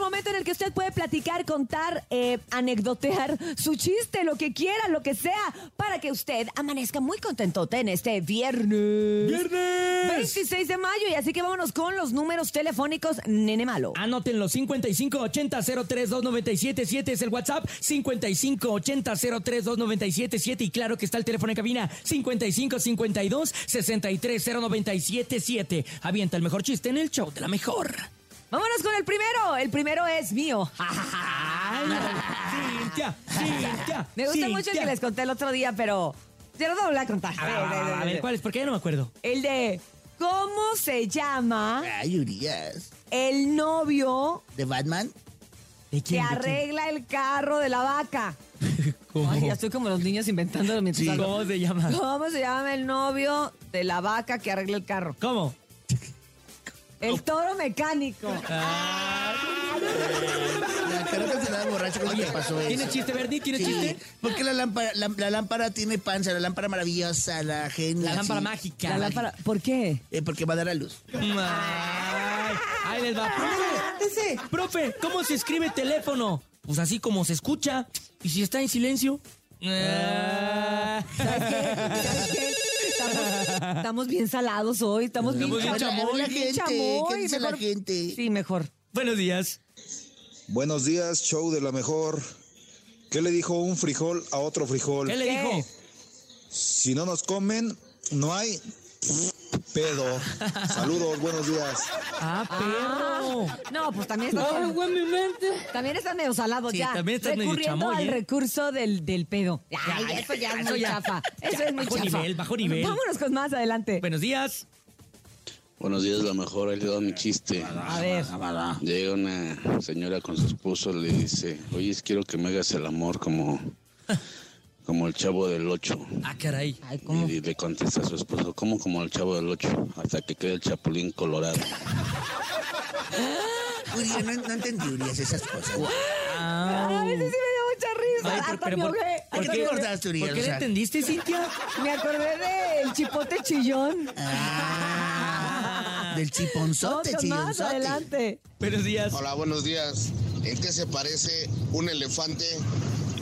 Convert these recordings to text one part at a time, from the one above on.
momento en el que usted puede platicar, contar, eh, anecdotear su chiste, lo que quiera, lo que sea, para que usted amanezca muy contentote en este viernes. ¡Viernes! 26 de mayo, y así que vámonos con los números telefónicos, nene malo. Anótenlo, 5580-032977 es el WhatsApp, 5580-032977 y claro que está el teléfono en cabina, 5552-630977. Avienta el mejor chiste en el show de la mejor. Vámonos con el primero. El primero es mío. Cintia, Cintia, Me gusta Cintia. mucho el que les conté el otro día, pero se lo voy a volver a contar. Eh, A ver, Ah, a ver, ¿cuál es? Porque ya no me acuerdo. El de ¿Cómo se llama Eh. Ay, Urias. el novio ¿De Batman? ¿De que quién? ¿De quién? arregla el carro de la vaca? ¿Cómo? Ay, ya estoy como los niños inventando mientras Sí. hablo. ¿Cómo se llama? ¿Cómo se llama el novio de la vaca que arregla el carro? ¿Cómo? Oh. El toro mecánico. La creo que se daba borracho cuando te pasó eso. ¿Tiene chiste, Bernie? ¿Tiene Sí. chiste? ¿Por qué la lámpara, la, la lámpara tiene panza? La lámpara maravillosa, la genia. La lámpara sí. mágica. La lámpara- ¿Por qué? Eh, porque va a dar a luz. Ay, ahí les va. Profe, profe, ¿cómo se escribe teléfono? Pues así como se escucha. ¿Y si está en silencio? Ah. ¿Sabes qué? ¿Sabes qué? Estamos, estamos bien salados hoy, estamos bien, Estamos bien chamoy, gente, chamoy, ¿qué dice la mejor- gente? Sí, mejor. Buenos días. Buenos días, show de la mejor. ¿Qué le dijo un frijol a otro frijol? ¿Qué le ¿Qué? dijo? Si no nos comen, no hay pedo. Saludos, buenos días. Ah, perro. No, pues también están, también están medio salados Sí, ya. también estás medio recurriendo chamoy, al ¿eh? recurso del, del pedo. Ay, Ya, eso ya es eso muy ya- chafa. ya, Eso es muy bajo chafa. nivel, bajo nivel. Vámonos con más adelante. Buenos días. Buenos días, la mejor, ahí le doy mi chiste. A ver. Llega una señora con su esposo, le dice, oye, quiero que me hagas el amor como, como el chavo del ocho. Ah, caray. Ay, ¿cómo? Y le contesta a su esposo, ¿cómo como el chavo del ocho? Hasta que quede el chapulín colorado. Urias, no, no entendí, Urias, esas cosas. Ah. Ay, sí, sí me dio mucha risa. Ay, Hasta pero me ¿por- ahogué. Hasta por qué- me ahogué. acordaste, Uriel? ¿Por qué O le sea- entendiste, Cintia? Me acordé del chipote chillón. Ah, del Vamos chiponzote, con más chillonzote. adelante. Buenos días. Hola, buenos días. ¿En qué se parece un elefante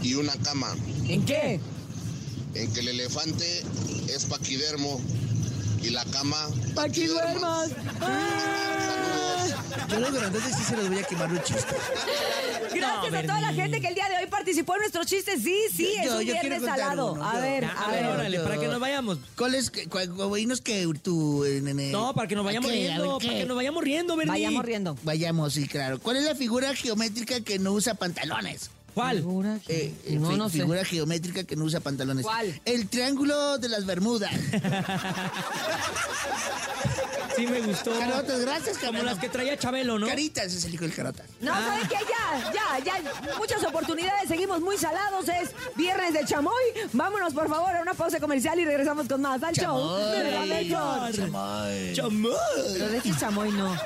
y una cama? ¿En qué? En que el elefante es paquidermo y la cama Pa' que duermas. Saludos. Yo los grandotes sí se los voy a quemar un chiste. Gracias No, a toda la Bernie. gente que el día de hoy participó en nuestros chistes. Sí, sí, Yo- es yo- un yo viernes quiero contar salado. uno, a yo- ver, A a ver, ver. órale, yo- para que nos vayamos. ¿Cuál es, nos que tú, eh, nene? No, para que nos vayamos ¿A qué? A ver, riendo, ¿qué? para que nos vayamos riendo, Bernie. Vayamos riendo. Vayamos, sí, claro. ¿Cuál es la figura geométrica que no usa pantalones? ¿Cuál? Figura- Eh, eh, no, fi- no sé. Figura geométrica que no usa pantalones. ¿Cuál? El triángulo de las Bermudas. Sí me gustó. Carotas, gracias, Como las Carota. que traía Chabelo, ¿no? Caritas es el hijo del Carota. No, ¿saben qué? Ya, ya, ya. Muchas oportunidades. Seguimos muy salados. Es viernes de chamoy. Vámonos, por favor, a una pausa comercial y regresamos con más al show. de la mejor. Chamoy. Chamoy. Pero de este chamoy no.